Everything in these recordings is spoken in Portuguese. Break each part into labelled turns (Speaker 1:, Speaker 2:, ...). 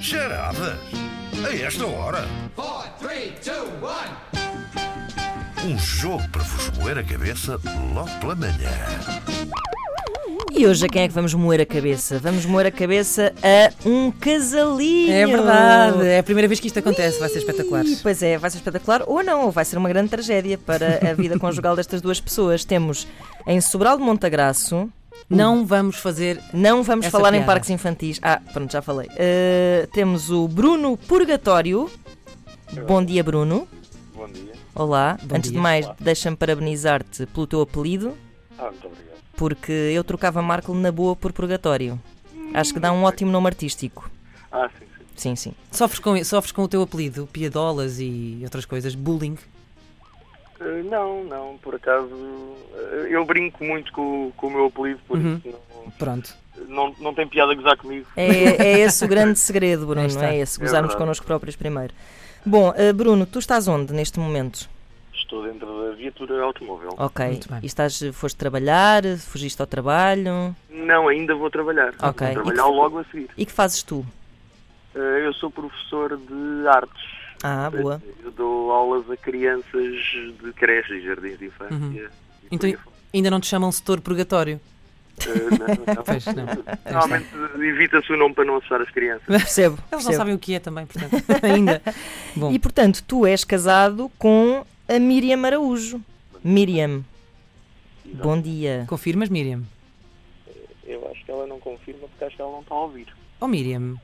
Speaker 1: Charadas? A esta hora?
Speaker 2: Four, three, two, one.
Speaker 1: Um jogo para vos moer a cabeça logo pela manhã.
Speaker 3: E hoje a quem é que vamos moer a cabeça? Vamos moer a cabeça a um casalinho.
Speaker 4: É verdade, é a primeira vez que isto acontece, vai ser espetacular.
Speaker 3: Ih, Pois é, vai ser espetacular ou não, ou vai ser uma grande tragédia para a vida conjugal destas duas pessoas. Temos em Sobral de Montagraço,
Speaker 4: Não vamos fazer.
Speaker 3: não vamos
Speaker 4: Essa
Speaker 3: falar em
Speaker 4: piada.
Speaker 3: parques infantis. Ah, pronto, já falei. Uh, temos o Bruno Purgatório. Bom dia, Bruno.
Speaker 5: Bom dia.
Speaker 3: Olá.
Speaker 4: Bom
Speaker 3: Antes
Speaker 4: dia.
Speaker 3: de mais, deixa-me parabenizar-te pelo teu apelido,
Speaker 5: Ah, muito obrigado.
Speaker 3: porque eu trocava Marco na boa por Purgatório. Acho que dá um ótimo nome artístico.
Speaker 5: Ah, sim, sim.
Speaker 3: Sim, sim.
Speaker 4: Sofres com, sofres com o teu apelido, piadolas e outras coisas, bullying.
Speaker 5: Eh, não, não, por acaso. eh, eu brinco muito com, com o meu apelido, por
Speaker 4: Uhum.
Speaker 5: isso
Speaker 4: Pronto.
Speaker 5: não, não, não tem piada a gozar comigo.
Speaker 3: É, é esse o grande segredo, Bruno,
Speaker 4: Aí
Speaker 3: não
Speaker 4: está.
Speaker 3: é esse?
Speaker 5: É
Speaker 3: Gozarmos
Speaker 5: verdade.
Speaker 3: connosco próprios primeiro. Bom, eh, Bruno, tu estás onde neste momento?
Speaker 5: Estou dentro da viatura automóvel.
Speaker 3: Ok.
Speaker 4: Muito bem.
Speaker 3: E estás, foste trabalhar, fugiste ao trabalho.
Speaker 5: Não, ainda vou trabalhar.
Speaker 3: Ok.
Speaker 5: Vou
Speaker 3: E que-
Speaker 5: trabalhar logo a seguir.
Speaker 3: E que fazes tu?
Speaker 5: Eh, eu sou professor de artes.
Speaker 3: Ah, boa.
Speaker 5: Eu dou aulas a crianças de creches e jardins de infância.
Speaker 4: Uhum.
Speaker 5: e por
Speaker 4: Então,
Speaker 5: aí fora.
Speaker 4: Ainda não te chamam setor purgatório.
Speaker 5: Eh, não, não.
Speaker 4: Pois não.
Speaker 5: Normalmente evita-se o nome para não assustar as crianças.
Speaker 3: Percebo.
Speaker 4: Eles não
Speaker 3: percebo.
Speaker 4: sabem o que é também, portanto. Ainda. Bom,
Speaker 3: E portanto, tu és casado com a Miriam Araújo. Miriam, bom dia.
Speaker 4: confirmas, Miriam?
Speaker 5: Eu acho que ela não confirma porque acho que ela não está a ouvir.
Speaker 4: Oh, Miriam.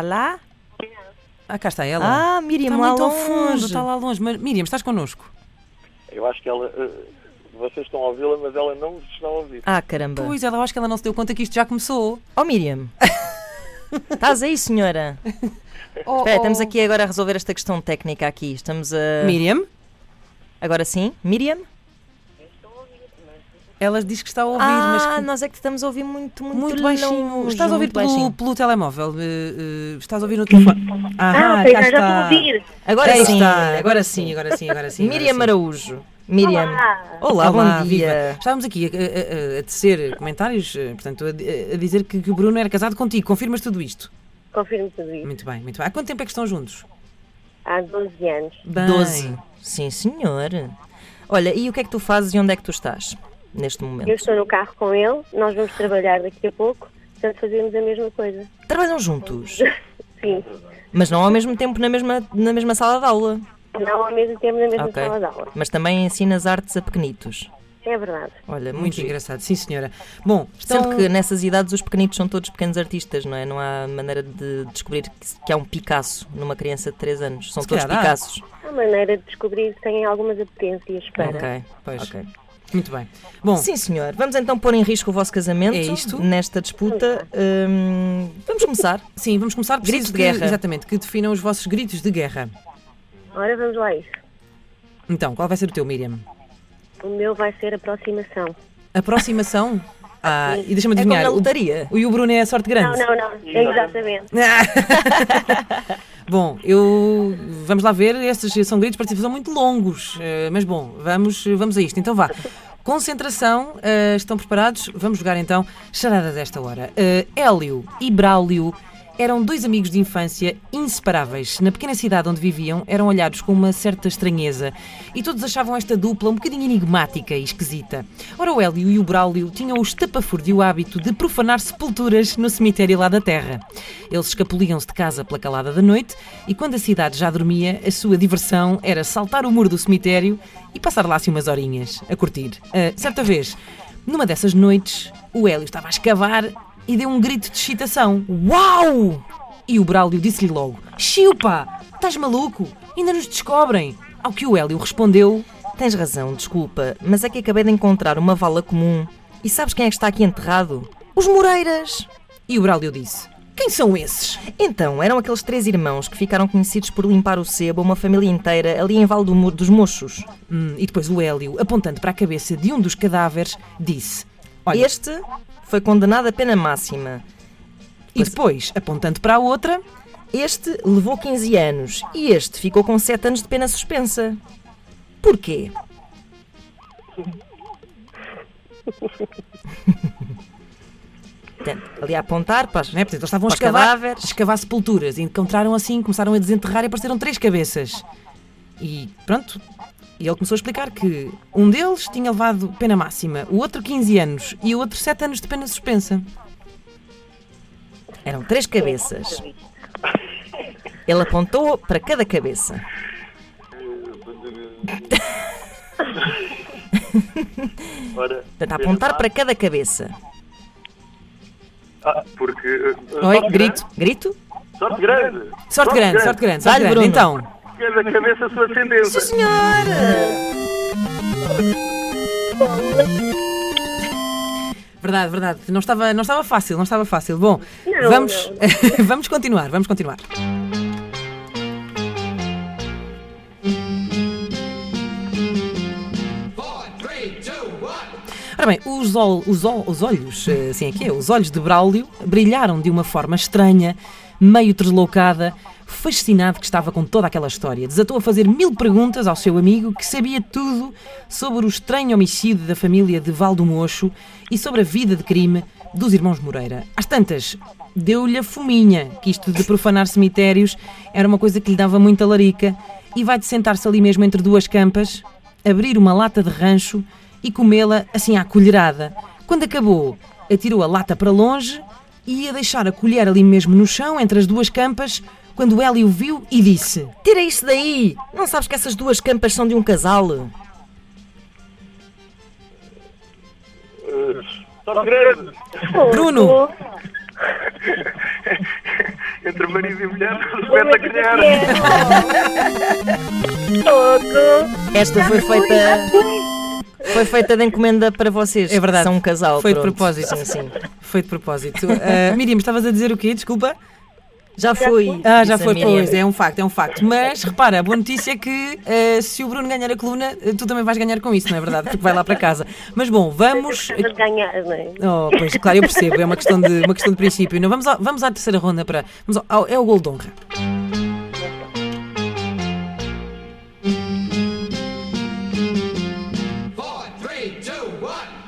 Speaker 3: Está lá?
Speaker 4: Ah, cá está ela.
Speaker 3: Ah, Miriam,
Speaker 4: está
Speaker 3: lá
Speaker 4: Tá muito ao fundo,
Speaker 3: longe.
Speaker 4: está lá longe. Mas, Miriam, estás connosco?
Speaker 5: Eu acho que ela. eh, vocês estão a ouvi-la, mas ela não vos está a ouvir.
Speaker 3: Ah, caramba.
Speaker 4: Pois, ela eu acho que ela não se deu conta que isto já começou.
Speaker 3: Oh, Miriam. Estás aí, senhora?
Speaker 4: Oh,
Speaker 3: Espera,
Speaker 4: oh.
Speaker 3: estamos aqui agora a resolver esta questão técnica aqui. Estamos a...
Speaker 4: Miriam,
Speaker 3: Agora sim, Miriam?
Speaker 4: ela diz que está a ouvir, mas
Speaker 3: ah,
Speaker 4: que
Speaker 3: nós é que estamos a ouvir muito, muito,
Speaker 4: Muito baixinho.
Speaker 3: longe,
Speaker 4: estás a ouvir
Speaker 3: muito
Speaker 4: pelo,
Speaker 3: baixinho.
Speaker 4: pelo telemóvel? eh, eh, estás a ouvir no telefone?
Speaker 6: Ah,
Speaker 4: Ahá,
Speaker 6: pois
Speaker 4: cá
Speaker 6: não, já estou
Speaker 4: está.
Speaker 6: a ouvir.
Speaker 3: Agora
Speaker 4: Aí
Speaker 3: sim.
Speaker 4: está, agora sim, agora sim, agora sim.
Speaker 3: Miriam
Speaker 4: agora sim. é.
Speaker 3: Araújo. Miriam.
Speaker 6: Ah,
Speaker 3: Olá, bom
Speaker 4: viva.
Speaker 3: dia.
Speaker 4: Estávamos aqui a, a, a- a tecer comentários, eh, portanto, a, a dizer que, que o Bruno era casado contigo. Confirmas tudo isto?
Speaker 6: confirmo tudo isso.
Speaker 4: Muito bem, muito bem. Há quanto tempo é que estão juntos?
Speaker 6: Há 12 anos.
Speaker 4: Bem,
Speaker 3: Doze. Sim, senhor. Olha, e o que é que tu fazes e onde é que tu estás neste
Speaker 4: Tá.
Speaker 6: Eu
Speaker 3: momento?
Speaker 6: estou no carro com ele, nós vamos trabalhar daqui a pouco, portanto fazemos a mesma coisa.
Speaker 3: Trabalham juntos,
Speaker 6: Sim,
Speaker 3: mas não ao mesmo tempo na mesma, na mesma sala de aula.
Speaker 6: não ao mesmo tempo na mesma
Speaker 3: Ok.
Speaker 6: sala de aula.
Speaker 3: Mas também ensinas artes a pequenitos.
Speaker 6: É verdade.
Speaker 3: Olha, muito
Speaker 4: Muito
Speaker 3: giro.
Speaker 4: engraçado, sim senhora. Bom, então, estão...
Speaker 3: Sendo que nessas idades os pequenitos são todos pequenos artistas, não é? Não há maneira de descobrir que- que há um Picasso numa criança de 3 anos. São
Speaker 4: Se
Speaker 3: todos
Speaker 4: calhar há.
Speaker 3: Picassos.
Speaker 6: Há É maneira de descobrir se têm algumas apetências para.
Speaker 3: Ok,
Speaker 4: Pois.
Speaker 3: ok.
Speaker 4: Muito bem. Bom,
Speaker 3: Sim, senhor. Vamos então pôr em risco o vosso casamento
Speaker 4: É isto?
Speaker 3: nesta disputa. Hum, vamos começar.
Speaker 4: sim, vamos começar.
Speaker 3: Gritos
Speaker 4: Preciso
Speaker 3: de guerra.
Speaker 4: Exatamente, que definam os vossos gritos de guerra.
Speaker 6: Ora, vamos lá a isso.
Speaker 4: Então, qual vai ser o teu, Miriam?
Speaker 6: O meu vai ser aproximação.
Speaker 4: Aproximação? Ah, e deixa-me
Speaker 3: É como
Speaker 4: adivinhar.
Speaker 3: na
Speaker 4: o-
Speaker 3: lotaria.
Speaker 4: o, e o Bruno é a sorte
Speaker 6: Não,
Speaker 4: grande.
Speaker 6: não, não. Exatamente.
Speaker 4: Bom, eu. Vamos lá ver, estes são gritos de participação muito longos, eh, mas bom, vamos, vamos a isto. Então vá. Concentração, eh, estão preparados? Vamos jogar então charadas desta hora. Eh, Hélio e Braulio eram dois amigos de infância inseparáveis. Na pequena cidade onde viviam, eram olhados com uma certa estranheza e todos achavam esta dupla um bocadinho enigmática e esquisita. Ora, o Hélio e o Braulio tinham o estapafúrdio hábito de profanar sepulturas no cemitério lá da terra. Eles escapuliam-se de casa pela calada da noite e quando a cidade já dormia, a sua diversão era saltar o muro do cemitério e passar lá assim umas horinhas, a curtir. Ah, certa vez, numa dessas noites, o Hélio estava a escavar e deu um grito de excitação. Uau! E o Braulio disse-lhe logo: Chiupa, estás maluco? Ainda nos descobrem! Ao que o Hélio respondeu:
Speaker 3: Tens razão, desculpa, mas é que acabei de encontrar uma vala comum. E sabes quem é que está aqui enterrado? Os Moreiras!
Speaker 4: E o Braulio disse: Quem são esses?
Speaker 3: Então, eram aqueles três irmãos que ficaram conhecidos por limpar o sebo a uma família inteira ali em Val do Muro dos Mochos.
Speaker 4: Hum, e depois o Hélio, apontando para a cabeça de um dos cadáveres, disse: Olha,
Speaker 3: Este foi condenado a pena máxima.
Speaker 4: e depois, apontando para a outra, né,
Speaker 3: Este levou 15 anos e este ficou com 7 anos de pena suspensa. Porquê? Portanto, Ali a apontar para as- né?
Speaker 4: Não é? Portanto, eles estavam a
Speaker 3: Para
Speaker 4: escavar,
Speaker 3: cadáveres.
Speaker 4: escavar sepulturas e encontraram assim, começaram a desenterrar e apareceram três cabeças. E pronto, e ele começou a explicar que um deles tinha levado pena máxima, o outro 15 anos e o outro 7 anos de pena suspensa.
Speaker 3: Eram três cabeças. Ele apontou para cada cabeça.
Speaker 5: Ora,
Speaker 3: Portanto, a apontar para cada cabeça.
Speaker 5: Ah, porque. eh,
Speaker 4: Oi,
Speaker 5: sorte
Speaker 4: grito.
Speaker 3: é Grito?
Speaker 5: grande, Sorte grande!
Speaker 4: Sorte grande, sorte grande, sorte
Speaker 3: Dá-lhe,
Speaker 4: grande.
Speaker 3: Bruno.
Speaker 4: Então,
Speaker 5: Cada cabeça a sua ascendência.
Speaker 3: Senhora!
Speaker 4: verdade, verdade, não estava, não estava fácil, não estava fácil. Bom,
Speaker 6: Não,
Speaker 4: vamos,
Speaker 6: não,
Speaker 4: vamos continuar, vamos continuar.
Speaker 2: Four, three, two, one.
Speaker 4: Ora bem, os, ol- os ol- os olhos, eh, assim aqui é, os olhos de Braulio brilharam de uma forma estranha, meio deslocada, fascinado que estava com toda aquela história. Desatou a fazer mil perguntas ao seu amigo que sabia tudo sobre o estranho homicídio da família de Valdo Mocho e sobre a vida de crime dos irmãos Moreira. Às tantas, deu-lhe a fominha que isto de profanar cemitérios era uma coisa que lhe dava muita larica e vai de sentar-se ali mesmo entre duas campas, abrir uma lata de rancho e comê-la assim à colherada. Quando acabou, atirou a lata para longe e ia deixar a colher ali mesmo no chão, entre as duas campas, quando Hélio viu e disse:
Speaker 3: Tira isso daí! Não sabes que essas duas campas são de um casal?
Speaker 5: Sorte grande!
Speaker 4: Bruno!
Speaker 5: Entre marido e mulher, não se mete a ganhar.
Speaker 6: Fogo.
Speaker 3: Esta foi feita. Foi feita de encomenda para vocês.
Speaker 4: É verdade.
Speaker 3: que São um casal.
Speaker 4: Foi de
Speaker 3: pronto.
Speaker 4: propósito.
Speaker 3: Sim, sim.
Speaker 4: Foi de propósito. Ah, Miriam, estavas a dizer o quê? Desculpa.
Speaker 3: Já fui.
Speaker 4: Ah, já
Speaker 3: disse a
Speaker 4: foi,
Speaker 3: Miriam.
Speaker 4: pois, é um facto, é um facto. Mas repara, a boa notícia é que eh, se o Bruno ganhar a coluna, eh, tu também vais ganhar com isso, não é verdade? Porque vai lá para casa. Mas bom, vamos.
Speaker 6: Mas ganhar, não é?
Speaker 4: Oh, pois, claro, eu percebo, é uma questão de, uma questão de princípio. Não, vamos, ao- vamos à terceira ronda para. Vamos ao- ao- é o gol de honra.
Speaker 2: Four, three, two, one.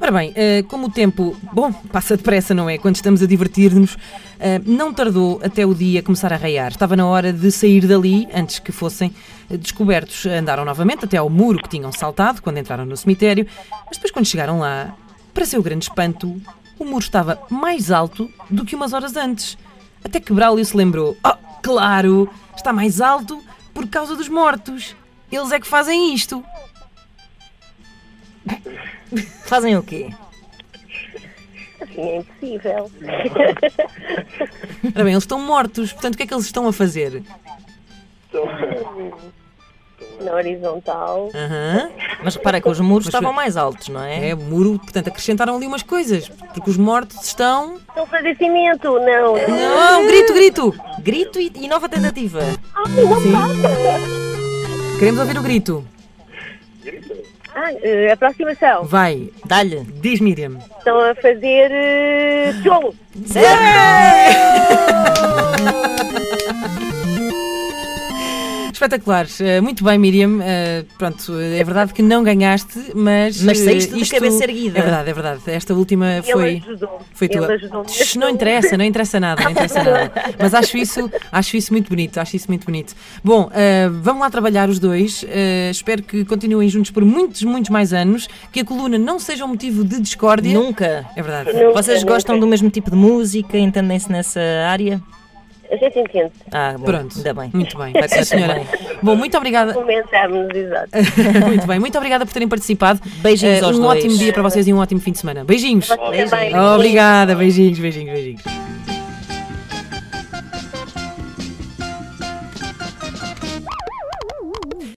Speaker 4: Ora bem, eh, como o tempo, bom, passa depressa, não é? Quando estamos a divertir-nos, eh, não tardou até o dia começar a raiar. Estava na hora de sair dali antes que fossem eh, descobertos. Andaram novamente até ao muro que tinham saltado quando entraram no cemitério, mas depois, quando chegaram lá, para seu grande espanto, o muro estava mais alto do que umas horas antes. Até que Braulio se lembrou: Oh, claro, está mais alto por causa dos mortos. Eles é que fazem isto.
Speaker 3: Fazem o quê?
Speaker 6: Assim é impossível.
Speaker 4: Ora bem, eles estão mortos, portanto, o que é que eles estão a fazer?
Speaker 6: Na horizontal.
Speaker 4: Aham.
Speaker 3: Mas repara que os muros
Speaker 4: Mas-
Speaker 3: estavam mais altos, não é?
Speaker 4: É, muro, portanto, acrescentaram ali umas coisas, porque os mortos estão.
Speaker 6: Estão a fazer cimento, não. não.
Speaker 4: Não, grito, grito!
Speaker 3: Grito e, e nova tentativa.
Speaker 6: Ai, não passa.
Speaker 4: Queremos ouvir o grito.
Speaker 6: Ah, eh, aproximação.
Speaker 4: Vai,
Speaker 3: Dá-lhe.
Speaker 4: diz Miriam.
Speaker 6: Estão a fazer eh, tijolo.
Speaker 4: Espetaculares. Eh, Muito bem, Miriam. Eh, Pronto, eh, é verdade que não ganhaste, mas.
Speaker 3: Mas
Speaker 4: eh,
Speaker 3: saíste de cabeça erguida.
Speaker 4: É verdade, é verdade. Esta última foi.
Speaker 6: Ele ajudou.
Speaker 4: Foi
Speaker 6: Ele
Speaker 4: tua.
Speaker 6: ajudou.
Speaker 4: Tch, Não interessa, não interessa nada, não interessa nada. Mas acho isso, acho isso muito bonito, acho isso muito bonito. Bom, eh, vamos lá trabalhar os dois. eh, espero que continuem juntos por muitos, muitos mais anos, que a coluna não seja um motivo de discórdia.
Speaker 3: Nunca.
Speaker 4: É verdade.
Speaker 6: Nunca,
Speaker 3: Vocês
Speaker 6: nunca.
Speaker 3: gostam do mesmo tipo de música? Entendem-se nessa área?
Speaker 6: A gente entende.
Speaker 3: Ah, bom,
Speaker 4: Pronto.
Speaker 3: ainda bem.
Speaker 4: Muito bem. Vai ser, senhora.
Speaker 3: Muito
Speaker 4: Bom, muito obrigada.
Speaker 6: Comentámos, exato.
Speaker 4: muito bem. Muito obrigada por terem participado.
Speaker 3: Beijinhos
Speaker 4: Eh,
Speaker 3: aos
Speaker 4: um
Speaker 3: dois.
Speaker 4: ótimo dia para vocês e um ótimo fim de semana. Beijinhos.
Speaker 6: Você também.
Speaker 4: Obrigada. Beijinhos, beijinhos, beijinhos.